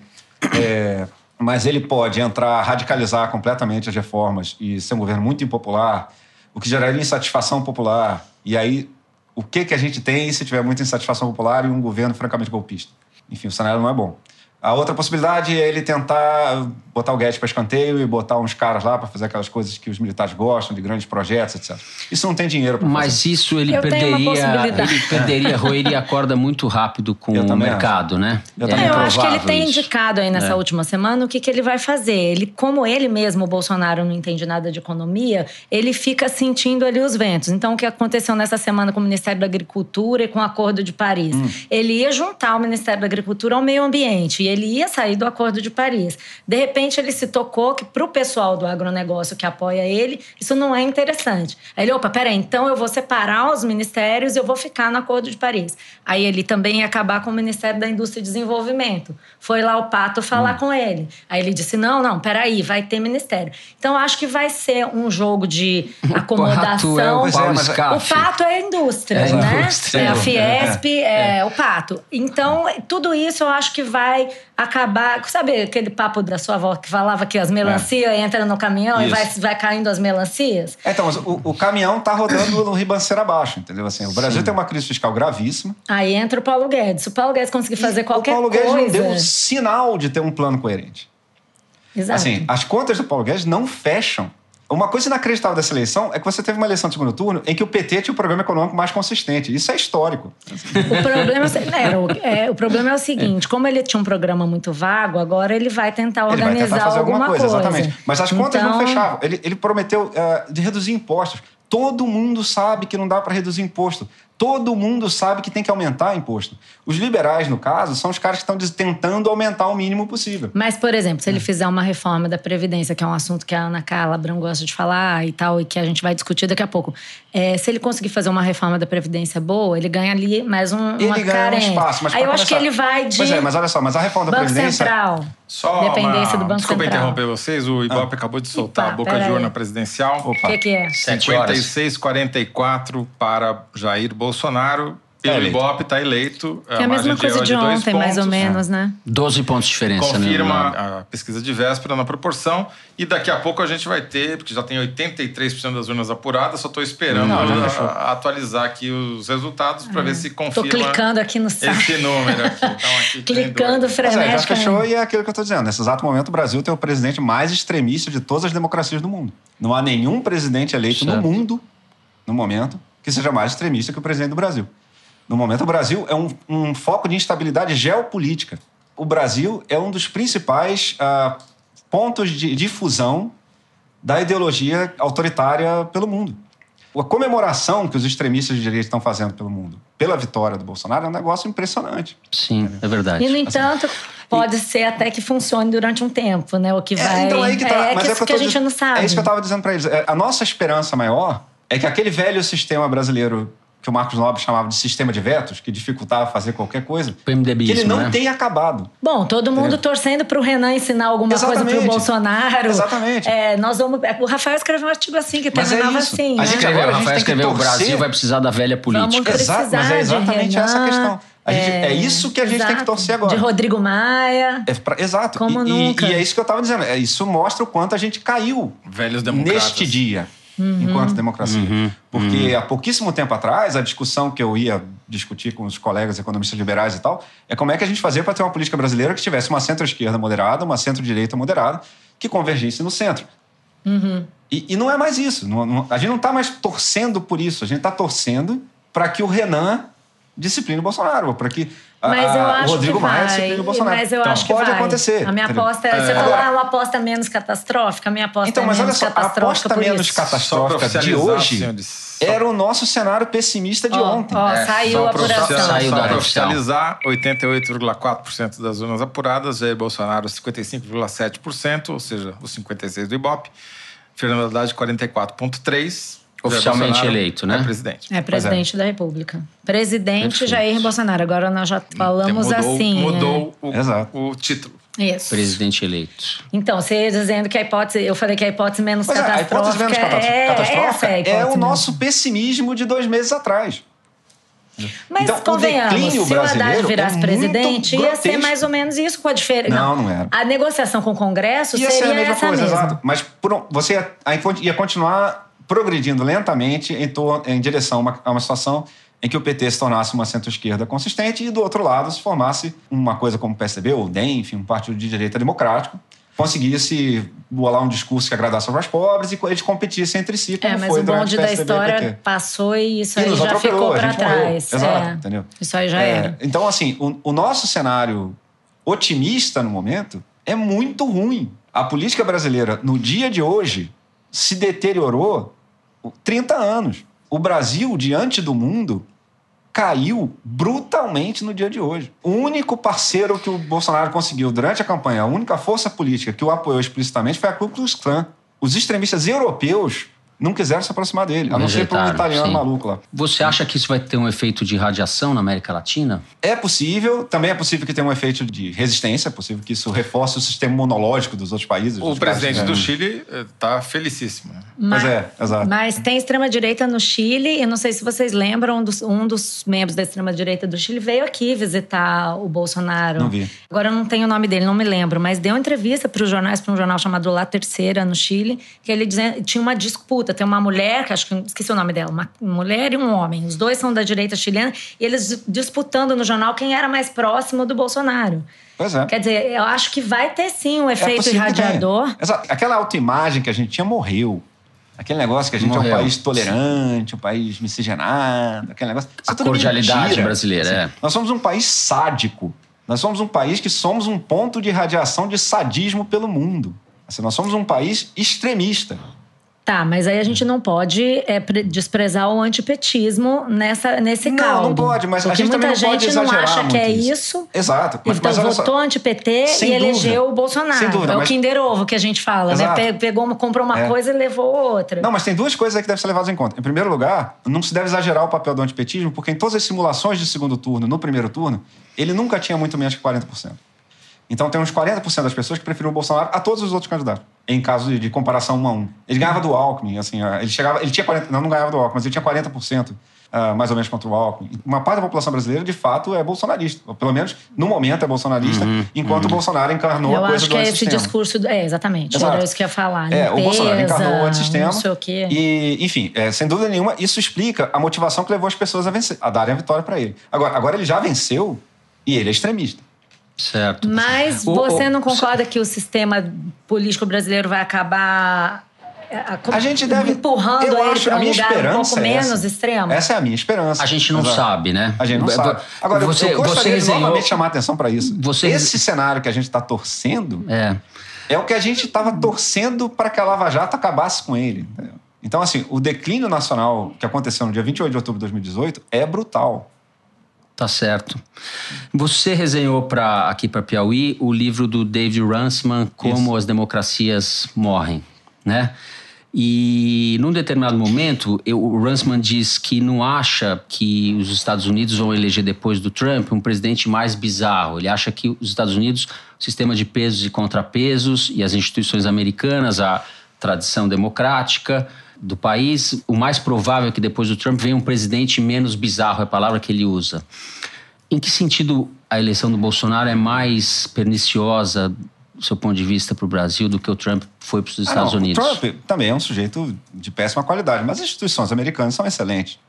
Speaker 4: É, mas ele pode entrar, radicalizar completamente as reformas e ser um governo muito impopular, o que geraria insatisfação popular. E aí, o que, que a gente tem se tiver muita insatisfação popular e um governo francamente golpista? Enfim, o cenário não é bom. A outra possibilidade é ele tentar botar o Guedes para escanteio e botar uns caras lá para fazer aquelas coisas que os militares gostam, de grandes projetos, etc. Isso não tem dinheiro para fazer.
Speaker 1: Mas isso ele
Speaker 2: Eu tenho uma
Speaker 1: perderia,
Speaker 2: possibilidade.
Speaker 1: ele perderia, roeria a corda muito rápido com
Speaker 4: Eu
Speaker 1: o
Speaker 4: também
Speaker 1: mercado, né?
Speaker 4: Eu
Speaker 1: É
Speaker 4: também
Speaker 2: É, eu acho que ele
Speaker 1: improvável
Speaker 2: tem
Speaker 1: isso.
Speaker 2: indicado aí nessa última semana o que, que ele vai fazer. Ele, como ele mesmo, o Bolsonaro, não entende nada de economia, ele fica sentindo ali os ventos. Então, o que aconteceu nessa semana com o Ministério da Agricultura e com o Acordo de Paris? Ele ia juntar o Ministério da Agricultura ao meio ambiente. E ele ele ia sair do Acordo de Paris. De repente, ele se tocou que para o pessoal do agronegócio que apoia ele, isso não é interessante. Aí ele, opa, peraí, então eu vou separar os ministérios e eu vou ficar no Acordo de Paris. Aí ele também ia acabar com o Ministério da Indústria e Desenvolvimento. Foi lá o Pato falar com ele. Aí ele disse, não, não, peraí, vai ter ministério. Então, acho que vai ser um jogo de acomodação.
Speaker 1: é o
Speaker 4: Pois é,
Speaker 1: Paulo
Speaker 4: mas-
Speaker 1: Scaff.
Speaker 2: O pato é a indústria,
Speaker 1: É a
Speaker 2: né?
Speaker 1: indústria.
Speaker 2: É a Fiesp, é, o pato. Então, tudo isso eu acho que vai acabar. Sabe aquele papo da sua avó que falava que as melancias entram no caminhão e
Speaker 4: É. Isso.
Speaker 2: vai, vai caindo as melancias?
Speaker 4: É, Então, mas o, o caminhão tá rodando no ribanceiro abaixo, entendeu? Assim, o Brasil tem uma crise fiscal gravíssima.
Speaker 2: Aí entra o Paulo Guedes. Se o Paulo Guedes conseguir fazer qualquer
Speaker 4: o Paulo
Speaker 2: coisa.
Speaker 4: Guedes não deu um sinal de ter um plano coerente.
Speaker 2: Exato.
Speaker 4: Assim, as contas do Paulo Guedes não fecham. Uma coisa inacreditável dessa eleição é que você teve uma eleição de segundo turno em que o PT tinha o programa econômico mais consistente. Isso é histórico.
Speaker 2: O problema, é, o- é, o problema é o seguinte: como ele tinha um programa muito vago, agora ele vai tentar
Speaker 4: Ele
Speaker 2: organizar
Speaker 4: vai tentar fazer alguma coisa, exatamente. Mas as contas não
Speaker 2: Então,
Speaker 4: fechavam. Ele, ele prometeu eh, de reduzir impostos. Todo mundo sabe que não dá para reduzir imposto. Todo mundo sabe que tem que aumentar imposto. Os liberais, no caso, são os caras que estão des- tentando aumentar o mínimo possível.
Speaker 2: Mas, por exemplo,
Speaker 4: É.
Speaker 2: se ele fizer uma reforma da Previdência, que é um assunto que a Ana Carla Abrão gosta de falar e tal, e que a gente vai discutir daqui a pouco. é, se ele conseguir fazer uma reforma da Previdência boa, ele ganha ali mais um,
Speaker 4: Ele
Speaker 2: uma
Speaker 4: ganha
Speaker 2: carência.
Speaker 4: um espaço. Mas
Speaker 2: Aí
Speaker 4: pra
Speaker 2: eu acho que
Speaker 4: começar-
Speaker 2: ele vai de
Speaker 4: Pois é, mas olha só, mas a reforma da
Speaker 2: Banco
Speaker 4: Previdência.
Speaker 2: Central.
Speaker 3: Só
Speaker 2: Dependência
Speaker 3: uma-
Speaker 2: do Banco
Speaker 3: Desculpa
Speaker 2: Central.
Speaker 3: interromper vocês, o Ibope
Speaker 4: Ah.
Speaker 3: acabou de soltar
Speaker 2: Opa,
Speaker 3: a boca de
Speaker 2: peraí.
Speaker 3: urna presidencial.
Speaker 2: O que, que é?
Speaker 1: Sete horas.
Speaker 3: 56,44 para Jair Bolsonaro. E
Speaker 4: Tá
Speaker 3: o
Speaker 4: eleito.
Speaker 3: Ibope está eleito.
Speaker 2: Que é a
Speaker 3: margem
Speaker 2: mesma coisa
Speaker 3: erro
Speaker 2: de
Speaker 3: dois
Speaker 2: ontem, mais ou
Speaker 3: pontos.
Speaker 2: menos, né?
Speaker 1: 12 pontos de
Speaker 4: é
Speaker 1: diferença.
Speaker 3: Confirma
Speaker 1: Né?
Speaker 3: a pesquisa de véspera na proporção. E daqui a pouco a gente vai ter, porque já tem 83% das urnas apuradas, só estou esperando
Speaker 4: Não, já
Speaker 3: a-
Speaker 4: fechou. Hum,
Speaker 3: a- atualizar aqui os resultados para ver se
Speaker 2: Tô
Speaker 3: confirma
Speaker 2: clicando aqui no site.
Speaker 3: esse número aqui. Então, aqui tem
Speaker 2: Clicando
Speaker 3: dois.
Speaker 4: Pois é, já fechou
Speaker 2: freneticamente.
Speaker 4: e é aquilo que eu estou dizendo. Nesse exato momento, o Brasil tem o presidente mais extremista de todas as democracias do mundo. Não há nenhum presidente eleito
Speaker 1: Certo.
Speaker 4: no mundo, no momento, que seja mais extremista que o presidente do Brasil. No momento, o Brasil é um, um foco de instabilidade geopolítica. O Brasil é um dos principais ah, pontos de difusão da ideologia autoritária pelo mundo. A comemoração que os extremistas de direita estão fazendo pelo mundo pela vitória do Bolsonaro é um negócio impressionante.
Speaker 1: Sim, é verdade.
Speaker 4: assim.
Speaker 2: E, no entanto, pode ser até que funcione durante um tempo, né? O que vai.
Speaker 4: É, então aí que tá.
Speaker 2: É,
Speaker 4: Mas
Speaker 2: que
Speaker 4: é
Speaker 2: isso
Speaker 4: o
Speaker 2: que
Speaker 4: eu
Speaker 2: a
Speaker 4: tô
Speaker 2: gente
Speaker 4: diz-
Speaker 2: não sabe.
Speaker 4: É isso que eu tava dizendo pra eles. É, A nossa esperança maior é que aquele velho sistema brasileiro que o Marcos Nobre chamava de sistema de vetos, que dificultava fazer qualquer coisa, que
Speaker 1: PMDBismo,
Speaker 4: ele não
Speaker 1: né?
Speaker 4: tenha acabado.
Speaker 2: Bom, todo mundo torcendo para o Renan ensinar alguma coisa para o
Speaker 4: Exatamente.
Speaker 2: Bolsonaro.
Speaker 4: Exatamente.
Speaker 2: É, nós vamos. O Rafael escreveu um artigo assim que
Speaker 4: Mas é
Speaker 2: terminava
Speaker 4: isso.
Speaker 2: assim.
Speaker 4: A
Speaker 2: né?
Speaker 4: gente
Speaker 1: Escreveu,
Speaker 4: Agora a
Speaker 1: o
Speaker 4: gente
Speaker 1: Rafael
Speaker 4: tem que
Speaker 1: escreveu, o
Speaker 4: torcer.
Speaker 1: Brasil vai precisar da velha política.
Speaker 2: Vamos- Precisar
Speaker 4: mas é
Speaker 2: de
Speaker 4: exatamente
Speaker 2: Renan,
Speaker 4: essa a questão. A gente- é, isso que a gente tem que
Speaker 2: exato.
Speaker 4: torcer agora.
Speaker 2: De Rodrigo Maia.
Speaker 4: É pra- exato.
Speaker 2: Como
Speaker 4: e, e-
Speaker 2: nunca.
Speaker 4: e é isso que eu estava dizendo. É, isso mostra o quanto a gente caiu
Speaker 3: Velhos democratas.
Speaker 4: neste dia,
Speaker 2: Uhum.
Speaker 4: Uhum. enquanto democracia. Porque há pouquíssimo tempo atrás, a discussão que eu ia discutir com os colegas economistas liberais e tal, é como é que a gente fazia para ter uma política brasileira que tivesse uma centro-esquerda moderada, uma centro-direita moderada, que convergisse no centro.
Speaker 2: Uhum.
Speaker 4: E, e não é mais isso. Não- não- a gente não está mais torcendo por isso. A gente está torcendo para que o Renan discipline o Bolsonaro, para que a-
Speaker 2: Mas eu
Speaker 4: a- o
Speaker 2: acho
Speaker 4: É, ah, Rodrigo
Speaker 2: que vai.
Speaker 4: Maia discipline o Bolsonaro.
Speaker 2: Mas eu
Speaker 4: Então,
Speaker 2: acho que
Speaker 4: pode
Speaker 2: vai.
Speaker 4: acontecer.
Speaker 2: A minha
Speaker 4: entendeu?
Speaker 2: aposta é. Você
Speaker 4: É.
Speaker 2: falou,
Speaker 4: Agora-
Speaker 2: ah, uma aposta menos catastrófica. A minha aposta
Speaker 4: Então,
Speaker 2: é
Speaker 4: mas
Speaker 2: menos
Speaker 4: olha só, a
Speaker 2: catastrófica.
Speaker 4: aposta
Speaker 2: por
Speaker 4: menos
Speaker 2: isso.
Speaker 4: catastrófica
Speaker 3: Só pra
Speaker 4: de hoje é
Speaker 3: oficializar, senhores.
Speaker 4: era o nosso cenário pessimista de
Speaker 2: Ó,
Speaker 4: ontem.
Speaker 2: ó,
Speaker 1: É,
Speaker 2: saiu
Speaker 1: só
Speaker 2: a
Speaker 1: pra oficializar-
Speaker 2: apuração.
Speaker 1: Saiu
Speaker 3: Só
Speaker 1: da
Speaker 3: para
Speaker 1: oficial.
Speaker 3: oficializar, 88,4% das urnas apuradas, Jair Bolsonaro 55,7%, ou seja, os 56 do Ibope. Fernando Haddad 44,3%.
Speaker 1: Oficialmente
Speaker 3: Jair Bolsonaro
Speaker 1: eleito, né?
Speaker 3: É presidente.
Speaker 2: É presidente da República. Presidente Jair Bolsonaro. Agora nós já falamos
Speaker 3: Então, mudou,
Speaker 2: assim.
Speaker 3: Mudou
Speaker 4: Exato.
Speaker 3: o, o título.
Speaker 2: é. Isso.
Speaker 1: Presidente eleito.
Speaker 2: Então, você ia dizendo que a hipótese. Eu falei que a hipótese menos
Speaker 4: Mas é, a
Speaker 2: catastrófica.
Speaker 4: hipótese menos catas-
Speaker 2: é,
Speaker 4: catastrófica
Speaker 2: essa é, a
Speaker 4: é,
Speaker 2: hipótese
Speaker 4: o
Speaker 2: mesmo.
Speaker 4: nosso pessimismo de dois meses atrás.
Speaker 2: Mas
Speaker 4: Então, o
Speaker 2: convenhamos,
Speaker 4: declínio
Speaker 2: se o Haddad
Speaker 4: brasileiro
Speaker 2: virasse
Speaker 4: é
Speaker 2: presidente,
Speaker 4: muito
Speaker 2: ia ser
Speaker 4: grotesco.
Speaker 2: mais ou menos isso com a diferença.
Speaker 4: Não, não era.
Speaker 2: A negociação com o Congresso
Speaker 4: Ia
Speaker 2: seria
Speaker 4: ser a mesma
Speaker 2: essa
Speaker 4: coisa,
Speaker 2: mesma.
Speaker 4: exato. Mas por um- você ia, aí con- ia continuar progredindo lentamente em, tor- em direção a uma, a uma situação em que o PT se tornasse uma centro-esquerda consistente e, do outro lado, se formasse uma coisa como o PSDB ou o DEM, enfim, um partido de direita democrático, conseguisse bolar um discurso que agradasse aos mais pobres e co- eles competissem entre si, como
Speaker 2: É, mas
Speaker 4: foi
Speaker 2: o
Speaker 4: durante
Speaker 2: bonde
Speaker 4: o
Speaker 2: da
Speaker 4: PSDB e
Speaker 2: história
Speaker 4: PT.
Speaker 2: passou e isso
Speaker 4: E
Speaker 2: aí
Speaker 4: nos
Speaker 2: já
Speaker 4: atropelou,
Speaker 2: ficou
Speaker 4: a
Speaker 2: pra
Speaker 4: gente morreu.
Speaker 2: trás.
Speaker 4: Exato,
Speaker 2: É.
Speaker 4: entendeu?
Speaker 2: Isso aí já
Speaker 4: É,
Speaker 2: era.
Speaker 4: Então, assim, o, o nosso cenário otimista no momento é muito ruim. A política brasileira, no dia de hoje, se deteriorou 30 anos. O Brasil, diante do mundo, caiu brutalmente no dia de hoje. O único parceiro que o Bolsonaro conseguiu durante a campanha, a única força política que o apoiou explicitamente foi a Ku Klux Klan. Os extremistas europeus não quiseram se aproximar dele, a não ser por um
Speaker 1: Rejeitaram,
Speaker 4: italiano
Speaker 1: sim.
Speaker 4: maluco lá.
Speaker 1: Você acha que isso vai ter um efeito de radiação na América Latina?
Speaker 4: É possível, também é possível que tenha um efeito de resistência, é possível que isso reforce o sistema imunológico dos outros países.
Speaker 3: O
Speaker 4: dos
Speaker 3: presidente do
Speaker 4: países,
Speaker 3: Chile está felicíssimo. né?
Speaker 4: Mas
Speaker 2: Mas,
Speaker 4: é, exato.
Speaker 2: mas tem extrema-direita no Chile, e não sei se vocês lembram, um dos, um dos membros da extrema-direita do Chile veio aqui visitar o Bolsonaro.
Speaker 4: Não vi.
Speaker 2: Agora eu não tenho o nome dele, não me lembro, mas deu entrevista para os jornais, para um jornal chamado La Terceira, no Chile, que ele dizia, tinha uma disputa. Tem uma mulher, que acho que esqueci o nome dela, uma mulher e um homem. Os dois são da direita chilena, e eles disputando no jornal quem era mais próximo do Bolsonaro.
Speaker 4: Pois é.
Speaker 2: Quer dizer, eu acho que vai ter sim um
Speaker 4: É
Speaker 2: efeito
Speaker 4: possível que tenha.
Speaker 2: irradiador.
Speaker 4: Exato. Aquela autoimagem que a gente tinha morreu. Aquele negócio que a gente é
Speaker 1: Morreu.
Speaker 4: um país tolerante, um país miscigenado, aquele negócio. Isso
Speaker 1: A
Speaker 4: é tudo
Speaker 1: cordialidade
Speaker 4: mentira.
Speaker 1: brasileira, é.
Speaker 4: Nós somos um país sádico. Nós somos um país que somos um ponto de radiação de sadismo pelo mundo. Assim, nós somos um país extremista.
Speaker 2: Tá, mas aí a gente não pode é, pre- desprezar o antipetismo nessa, nesse
Speaker 4: Não,
Speaker 2: caldo.
Speaker 4: não pode, mas a
Speaker 2: Porque
Speaker 4: gente
Speaker 2: muita
Speaker 4: também não pode
Speaker 2: gente não
Speaker 4: exagerar
Speaker 2: acha que
Speaker 4: muito
Speaker 2: é
Speaker 4: isso.
Speaker 2: isso.
Speaker 4: Exato. Mas,
Speaker 2: então
Speaker 4: mas olha só,
Speaker 2: votou anti-PT e
Speaker 4: Sem dúvida.
Speaker 2: elegeu o Bolsonaro.
Speaker 4: Sem dúvida,
Speaker 2: é o
Speaker 4: mas-
Speaker 2: Kinder Ovo que a gente fala,
Speaker 4: Exato.
Speaker 2: né? Pe- Pegou, uma- comprou uma
Speaker 4: É.
Speaker 2: coisa e levou outra.
Speaker 4: Não, mas tem duas coisas aí que devem ser levadas em conta. Em primeiro lugar, não se deve exagerar o papel do antipetismo, porque em todas as simulações de segundo turno, no primeiro turno, ele nunca tinha muito menos que 40%. Então tem uns 40% das pessoas que preferiram o Bolsonaro a todos os outros candidatos, em caso de, de comparação um a um. Ele ganhava do Alckmin, assim, ah, ele chegava, ele tinha 40, não, não ganhava do Alckmin, mas ele tinha 40%. ah, mais ou menos contra o Alckmin. Uma parte da população brasileira, de fato, é bolsonarista. Ou pelo menos, no momento, é bolsonarista, enquanto o Bolsonaro encarnou
Speaker 2: eu
Speaker 4: a coisa
Speaker 2: acho
Speaker 4: do
Speaker 2: que é esse
Speaker 4: antissistema.
Speaker 2: discurso. do- É, exatamente.
Speaker 4: Exato.
Speaker 2: Era isso que eu ia falar.
Speaker 4: É, o
Speaker 2: Limpeza,
Speaker 4: Bolsonaro encarnou o antissistema.
Speaker 2: Não sei o quê.
Speaker 4: E, enfim, é, sem dúvida nenhuma, isso explica a motivação que levou as pessoas a, vencer, a darem a vitória para ele. Agora, agora ele já venceu e ele é extremista.
Speaker 1: Certo.
Speaker 2: Mas
Speaker 1: O-
Speaker 2: você
Speaker 1: o-
Speaker 2: não concorda que o sistema político brasileiro vai acabar é, a,
Speaker 4: A gente deve-
Speaker 2: empurrando
Speaker 4: eu
Speaker 2: ele
Speaker 4: acho-
Speaker 2: para
Speaker 4: a
Speaker 2: um
Speaker 4: minha
Speaker 2: lugar um
Speaker 4: esperança
Speaker 2: pouco
Speaker 4: é essa.
Speaker 2: menos extremo?
Speaker 4: Essa é a minha esperança.
Speaker 1: A gente não
Speaker 4: Exato.
Speaker 1: sabe, né?
Speaker 4: A gente não
Speaker 1: Vo-
Speaker 4: sabe. Agora, eu-
Speaker 1: você,
Speaker 4: eu
Speaker 1: você
Speaker 4: gostaria de
Speaker 1: resenhou.
Speaker 4: novamente chamar a atenção para isso.
Speaker 1: Você-
Speaker 4: Esse cenário que a gente está torcendo
Speaker 1: É.
Speaker 4: é o que a gente estava torcendo para que a Lava Jato acabasse com ele. entendeu? Então, assim, o declínio nacional que aconteceu no dia 28 de outubro de 2018 é brutal.
Speaker 1: Tá certo. Você resenhou pra, aqui para Piauí o livro do David Runciman, Como as Democracias Morrem, né? E num determinado momento, eu- o Runciman diz que não acha que os Estados Unidos vão eleger depois do Trump um presidente mais bizarro. Ele acha que os Estados Unidos, o sistema de pesos e contrapesos e as instituições americanas, a tradição democrática do país, o mais provável é que depois do Trump venha um presidente menos bizarro, é a palavra que ele usa. Em que sentido a eleição do Bolsonaro é mais perniciosa, do seu ponto de vista, para o Brasil do que o Trump foi para os
Speaker 4: Ah,
Speaker 1: Estados
Speaker 4: não,
Speaker 1: Unidos?
Speaker 4: O Trump também é um sujeito de péssima qualidade, mas as instituições americanas são excelentes.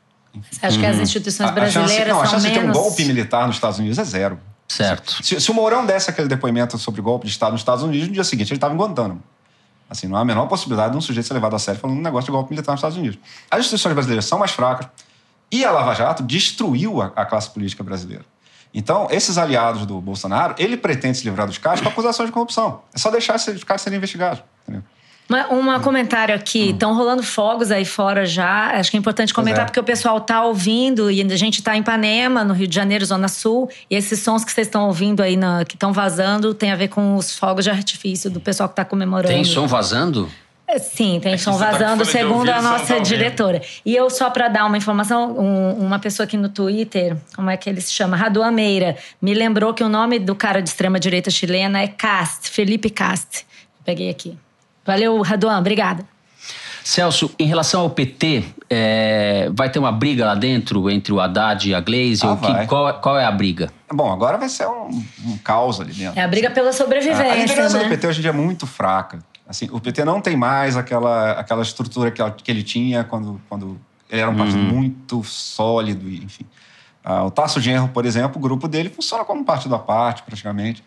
Speaker 2: Você acha que as instituições
Speaker 4: Hum. A- a chance-
Speaker 2: brasileiras
Speaker 4: não, a
Speaker 2: são
Speaker 4: chance de ter um
Speaker 2: menos...
Speaker 4: golpe militar nos Estados Unidos é zero.
Speaker 1: Certo.
Speaker 4: Se, se o Mourão desse aquele depoimento sobre golpe de Estado nos Estados Unidos, no dia seguinte ele estava em Guantánamo. Assim, não há a menor possibilidade de um sujeito ser levado a sério falando um negócio de golpe militar nos Estados Unidos. As instituições brasileiras são mais fracas e a Lava Jato destruiu a, a classe política brasileira. Então, esses aliados do Bolsonaro, ele pretende se livrar dos caras com acusações de corrupção. É só deixar esses caras serem investigados. Entendeu?
Speaker 2: Uma,
Speaker 4: Hum.
Speaker 2: uma comentário aqui. Estão rolando fogos aí fora já. Acho que é importante
Speaker 4: Pois
Speaker 2: comentar,
Speaker 4: é.
Speaker 2: porque o pessoal tá ouvindo e a gente tá em Ipanema, no Rio de Janeiro, Zona Sul. E esses sons que vocês estão ouvindo aí, na- que estão vazando, tem a ver com os fogos de artifício do pessoal que tá comemorando.
Speaker 1: Tem som vazando?
Speaker 2: É, Sim, tem
Speaker 3: É que
Speaker 2: som
Speaker 3: você tá com
Speaker 2: vazando,
Speaker 3: fone de
Speaker 2: segundo
Speaker 3: ouvido,
Speaker 2: a
Speaker 3: você não tá
Speaker 2: nossa
Speaker 3: ouvindo.
Speaker 2: diretora. E eu, só para dar uma informação, um- uma pessoa aqui no Twitter, como é que ele se chama? Raduan Meira, me lembrou que o nome do cara de extrema-direita chilena é Cast, Felipe Cast. Peguei aqui. Valeu, Raduan, obrigada.
Speaker 1: Celso, em relação ao PT, é, vai ter uma briga lá dentro entre o Haddad e a Glaze?
Speaker 4: Ah,
Speaker 1: ou que-
Speaker 4: vai.
Speaker 1: qual, é- qual é a briga?
Speaker 4: Bom, agora vai ser um, um caos ali dentro.
Speaker 2: É a briga pela
Speaker 4: Ah, A a
Speaker 2: sobrevivência,
Speaker 4: liderança do
Speaker 2: né?
Speaker 4: PT hoje em dia é muito fraca. Assim, o PT não tem mais aquela, aquela estrutura que, ela- que ele tinha quando, quando ele era um partido muito sólido, e, enfim. Ah, o Tasso Genro, por exemplo, o grupo dele funciona como um partido à parte, praticamente.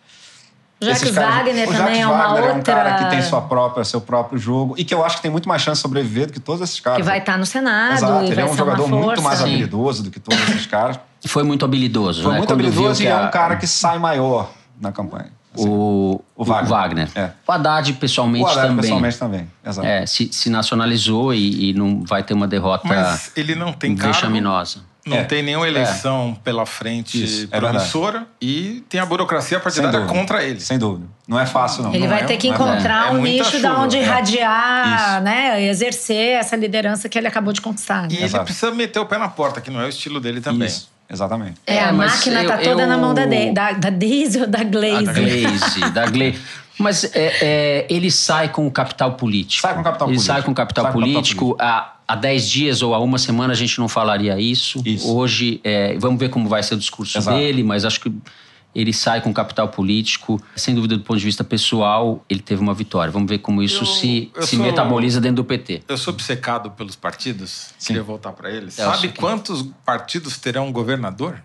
Speaker 2: O Jacques
Speaker 4: Esses caras-
Speaker 2: Wagner
Speaker 4: o
Speaker 2: também
Speaker 4: Jacques
Speaker 2: é uma
Speaker 4: Wagner é um
Speaker 2: outra...
Speaker 4: cara que tem sua própria, seu próprio jogo e que eu acho que tem muito mais chance de sobreviver do que todos esses caras.
Speaker 2: que vai estar no Senado
Speaker 4: Exato,
Speaker 2: e
Speaker 4: ele
Speaker 2: vai
Speaker 4: é um
Speaker 2: ser uma
Speaker 4: jogador
Speaker 2: força.
Speaker 4: muito mais
Speaker 1: Sim.
Speaker 4: habilidoso do que todos esses caras.
Speaker 1: Foi muito habilidoso,
Speaker 4: Foi
Speaker 1: né?
Speaker 4: muito
Speaker 1: Quando viu
Speaker 4: habilidoso
Speaker 1: que
Speaker 4: e é
Speaker 1: a-
Speaker 4: um cara que sai maior na campanha. Assim,
Speaker 1: O,
Speaker 4: O
Speaker 1: o
Speaker 4: Wagner.
Speaker 1: Wagner.
Speaker 4: É.
Speaker 1: O Haddad, pessoalmente,
Speaker 4: o Haddad,
Speaker 1: também.
Speaker 4: pessoalmente, também. Exato.
Speaker 1: É, se, se nacionalizou e, e não vai ter uma derrota
Speaker 3: Mas ele não tem cargo.
Speaker 1: vexaminosa.
Speaker 3: Não
Speaker 4: É.
Speaker 3: tem nenhuma eleição pela frente
Speaker 4: Isso, é
Speaker 3: promissora e tem a burocracia partidária
Speaker 4: dúvida.
Speaker 3: contra ele.
Speaker 4: Sem dúvida. Não é fácil, não.
Speaker 2: Ele
Speaker 4: Não
Speaker 2: vai
Speaker 4: é,
Speaker 2: ter que
Speaker 4: não é, não é.
Speaker 2: encontrar
Speaker 3: É
Speaker 2: um
Speaker 3: muita
Speaker 2: nicho de
Speaker 3: chuva,
Speaker 2: onde
Speaker 3: é.
Speaker 2: irradiar,
Speaker 4: Isso.
Speaker 2: né? Exercer essa liderança que ele acabou de conquistar. né?
Speaker 3: E ele
Speaker 4: Exato.
Speaker 3: precisa meter o pé na porta, que não é o estilo dele também.
Speaker 4: Isso, exatamente.
Speaker 2: É,
Speaker 1: É,
Speaker 2: a
Speaker 1: mas
Speaker 2: máquina tá
Speaker 1: eu-
Speaker 2: toda na mão da,
Speaker 1: eu-
Speaker 2: de, da, da Daisy ou da
Speaker 4: Ah,
Speaker 2: Glaze.
Speaker 1: Ah,
Speaker 4: tá
Speaker 1: Da Glaze, da Glaze. Mas é, é, ele sai com o capital político.
Speaker 4: Sai com o capital
Speaker 1: ele
Speaker 4: político.
Speaker 1: sai com o capital
Speaker 4: Sai com o capital
Speaker 1: político. Há, há 10 dias ou há uma semana a gente não falaria isso.
Speaker 4: Isso.
Speaker 1: Hoje, é, vamos ver como vai ser o discurso
Speaker 4: Exato.
Speaker 1: dele, mas acho que ele sai com o capital político. Sem dúvida, do ponto de vista pessoal, ele teve uma vitória. Vamos ver como isso
Speaker 3: Eu-
Speaker 1: se,
Speaker 3: eu
Speaker 1: se
Speaker 3: sou-
Speaker 1: metaboliza dentro do PT.
Speaker 3: Eu sou obcecado pelos partidos,
Speaker 4: Sim. É,
Speaker 3: queria voltar para eles. Sabe
Speaker 1: acho que-
Speaker 3: quantos partidos terão um governador?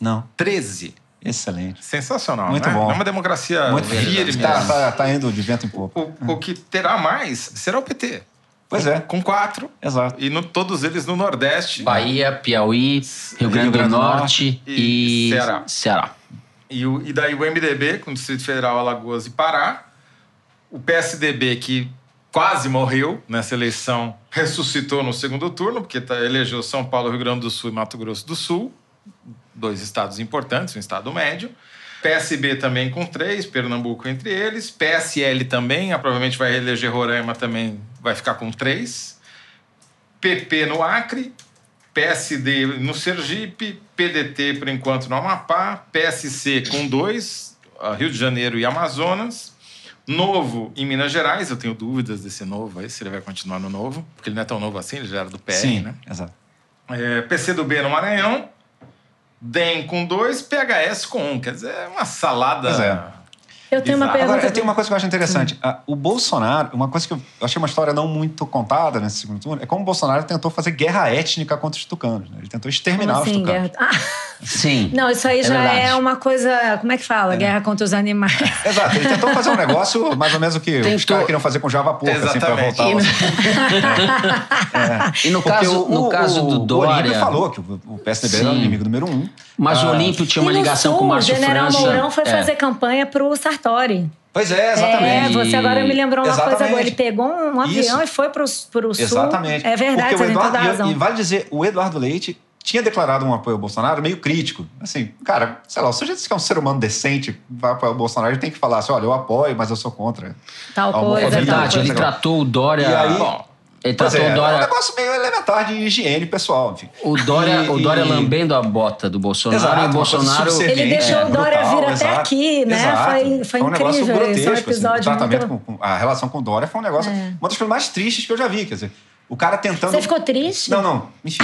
Speaker 4: Não.
Speaker 3: 13.
Speaker 4: Excelente.
Speaker 3: Sensacional,
Speaker 4: Muito
Speaker 3: né?
Speaker 4: bom.
Speaker 3: É uma democracia
Speaker 4: Muito
Speaker 3: firme.
Speaker 4: firme. Tá,
Speaker 3: mesmo.
Speaker 4: tá, tá indo de vento em popa.
Speaker 3: O, o que terá mais será o PT.
Speaker 4: Pois é,
Speaker 3: Com quatro,
Speaker 4: exato.
Speaker 3: e no, todos eles no Nordeste.
Speaker 1: Bahia, Piauí, Rio Grande do
Speaker 4: Grande do
Speaker 1: Norte e,
Speaker 3: e Ceará.
Speaker 1: Ceará.
Speaker 3: E, o- e daí o MDB, com o Distrito Federal, Alagoas e Pará. O PSDB, que quase morreu nessa eleição, ressuscitou no segundo turno, porque tá- elegeu São Paulo, Rio Grande do Sul e Mato Grosso do Sul. Dois estados importantes, um estado médio. PSB também com três, Pernambuco entre eles. PSL também, ah, provavelmente vai reeleger Roraima também, vai ficar com três. PP no Acre, PSD no Sergipe, PDT por enquanto no Amapá, PSC com dois, ah, Rio de Janeiro e Amazonas, Novo em Minas Gerais, eu tenho dúvidas desse novo aí, se ele vai continuar no novo, porque ele não é tão novo assim, ele já era do PR,
Speaker 4: Sim,
Speaker 3: né?
Speaker 4: exato.
Speaker 3: É, PCdoB no Maranhão, DEM com dois, PHS com um, quer dizer, é uma salada.
Speaker 4: Pois é.
Speaker 2: Eu tenho uma
Speaker 3: Exato.
Speaker 2: pergunta.
Speaker 4: Agora, eu tenho uma coisa que eu acho interessante. Ah, O Bolsonaro, uma coisa que eu achei uma história não muito contada nesse segundo turno, é como o Bolsonaro tentou fazer guerra étnica contra os tucanos. Né? Ele tentou
Speaker 2: Como
Speaker 4: exterminar os
Speaker 2: assim,
Speaker 4: tucanos.
Speaker 2: guerra? Ah,
Speaker 1: Sim.
Speaker 2: não, isso aí
Speaker 1: É
Speaker 2: já é
Speaker 1: verdade.
Speaker 2: uma coisa. Como é que fala? Guerra contra os animais.
Speaker 4: Exato, ele tentou fazer um negócio mais ou menos o que os
Speaker 1: Tentou.
Speaker 4: caras queriam fazer com Java Porca, assim, pra
Speaker 3: Exatamente.
Speaker 4: voltar. ao-
Speaker 1: E no
Speaker 4: Porque
Speaker 1: caso,
Speaker 4: o-
Speaker 1: no
Speaker 4: o-
Speaker 1: caso do
Speaker 4: o
Speaker 1: Dória.
Speaker 4: Olímpio falou que o o PSDB era o
Speaker 1: Sim.
Speaker 4: inimigo número um.
Speaker 1: Mas o
Speaker 4: Ah,
Speaker 1: Olímpio tinha uma
Speaker 2: E no
Speaker 1: ligação
Speaker 2: Sul,
Speaker 1: com o Márcio
Speaker 2: O general
Speaker 1: França.
Speaker 2: Mourão foi
Speaker 1: É.
Speaker 2: fazer campanha pro Sartori.
Speaker 4: Pois é, exatamente.
Speaker 2: É, você agora me lembrou uma coisa
Speaker 4: Exatamente.
Speaker 2: boa. Ele pegou um avião
Speaker 4: Isso.
Speaker 2: e foi pro, pro sul.
Speaker 4: Exatamente.
Speaker 2: É verdade,
Speaker 4: Porque
Speaker 2: você
Speaker 4: o
Speaker 2: tem toda a
Speaker 4: Eduardo, e-
Speaker 2: razão.
Speaker 4: E, vale dizer, o Eduardo Leite tinha declarado um apoio ao Bolsonaro meio crítico. Assim, cara, sei lá, o sujeito que é um ser humano decente, vai apoiar o Bolsonaro, ele tem que falar assim, olha, eu apoio, mas eu sou contra.
Speaker 2: Tal
Speaker 4: Alguma
Speaker 2: coisa,
Speaker 1: É
Speaker 4: coisa
Speaker 2: tal
Speaker 1: verdade,
Speaker 2: coisa.
Speaker 1: ele tratou o Dória.
Speaker 4: E aí-
Speaker 1: Bom, ele
Speaker 4: Pois
Speaker 1: tratou o
Speaker 4: é, é um
Speaker 1: Dória.
Speaker 4: negócio meio elementar de higiene pessoal, enfim.
Speaker 1: O Dória, o
Speaker 4: E-
Speaker 1: Dória
Speaker 4: e-
Speaker 1: lambendo a bota do Bolsonaro
Speaker 4: Exato,
Speaker 1: e
Speaker 4: uma
Speaker 1: o
Speaker 4: coisa
Speaker 1: Bolsonaro.
Speaker 4: subserviente.
Speaker 2: Ele deixou
Speaker 4: É,
Speaker 2: o Dória
Speaker 4: brutal,
Speaker 2: vir até
Speaker 4: exato,
Speaker 2: aqui, né?
Speaker 4: exato.
Speaker 2: Foi- foi
Speaker 4: um
Speaker 2: incrível esse, é
Speaker 4: negócio
Speaker 2: um
Speaker 4: grotesco, assim,
Speaker 2: episódio
Speaker 4: o tratamento
Speaker 2: muito- É.
Speaker 4: com- com- a relação com o Dória foi um negócio. Uma das coisas mais tristes que eu já vi. Quer dizer, o cara tentando.
Speaker 2: Você ficou triste?
Speaker 4: Não, não. Enfim.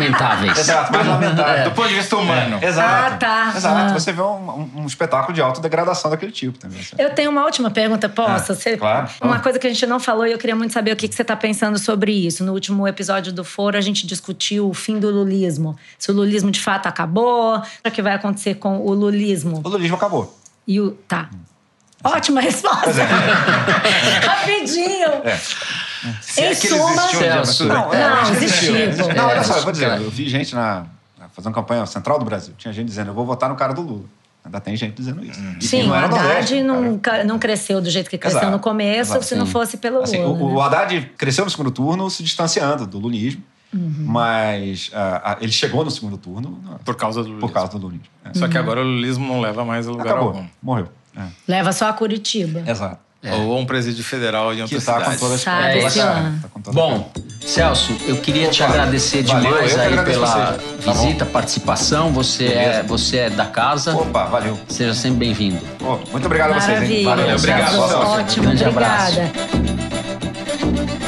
Speaker 1: Mais lamentáveis.
Speaker 4: Exato, mais lamentável.
Speaker 3: Do ponto de vista humano.
Speaker 4: Exato.
Speaker 2: Ah, tá.
Speaker 4: Exato.
Speaker 2: Ah.
Speaker 4: Você vê um, um- um espetáculo de autodegradação daquele tipo também. assim.
Speaker 2: Eu tenho uma última pergunta, posso?
Speaker 4: Ah,
Speaker 2: Você-
Speaker 4: claro.
Speaker 2: Uma coisa que a gente não falou e eu queria muito saber o que, que você está pensando sobre isso. No último episódio do Foro, a gente discutiu o fim do lulismo. Se o lulismo de fato acabou, o que vai acontecer com o lulismo?
Speaker 4: O lulismo acabou.
Speaker 2: E o. Tá. Ótima resposta! Rapidinho!
Speaker 3: Se
Speaker 2: Em
Speaker 3: é que ele
Speaker 2: suma-
Speaker 3: existiu um dia, mas
Speaker 1: Celso.
Speaker 3: tudo bem.
Speaker 4: é,
Speaker 2: não,
Speaker 4: acho que
Speaker 2: existiu.
Speaker 4: existiu. Não,
Speaker 1: É,
Speaker 4: olha só, eu
Speaker 1: acho
Speaker 4: vou dizer,
Speaker 1: que-
Speaker 4: eu vi gente na, fazendo campanha central do Brasil. Tinha gente dizendo, eu vou votar no cara do Lula. Ainda tem gente dizendo isso. E
Speaker 2: Sim, o
Speaker 4: era no
Speaker 2: Haddad
Speaker 4: Nordeste, cara.
Speaker 2: nunca, não cresceu do jeito que cresceu
Speaker 4: é. Exato.
Speaker 2: no começo,
Speaker 4: Exato,
Speaker 2: se não
Speaker 1: sim.
Speaker 2: fosse pelo Lula.
Speaker 4: Assim, o,
Speaker 2: né?
Speaker 4: o Haddad cresceu no segundo turno se distanciando do lulismo,
Speaker 2: Uhum.
Speaker 4: mas ah, ah, ele chegou no segundo turno ah,
Speaker 3: Por causa do Lulismo.
Speaker 4: por causa do lulismo. É.
Speaker 3: Só que agora o lulismo não leva mais a lugar
Speaker 4: Acabou,
Speaker 3: algum.
Speaker 4: morreu. É,
Speaker 2: Leva só a Curitiba.
Speaker 4: Exato.
Speaker 3: Ou um presídio federal em outra
Speaker 4: Que tá com
Speaker 3: cidade.
Speaker 4: todas
Speaker 2: Sabe,
Speaker 4: com toda a
Speaker 1: esse
Speaker 4: cara,
Speaker 2: ano.
Speaker 4: tá com toda a cara.
Speaker 1: Bom, Celso, eu queria te
Speaker 4: Opa,
Speaker 1: agradecer
Speaker 4: valeu,
Speaker 1: demais
Speaker 4: eu que
Speaker 1: aí
Speaker 4: agradeço
Speaker 1: pela
Speaker 4: vocês. Tá bom.
Speaker 1: visita, participação. Você é,
Speaker 4: Beleza.
Speaker 1: você é da casa.
Speaker 4: Opa, valeu.
Speaker 1: Seja sempre bem-vindo.
Speaker 4: Pô, muito obrigado a vocês, hein?
Speaker 2: Maravilha.
Speaker 4: Valeu,
Speaker 3: obrigado.
Speaker 2: Celso,
Speaker 3: Celso.
Speaker 2: Ótimo,
Speaker 1: Grande abraço.
Speaker 2: obrigada.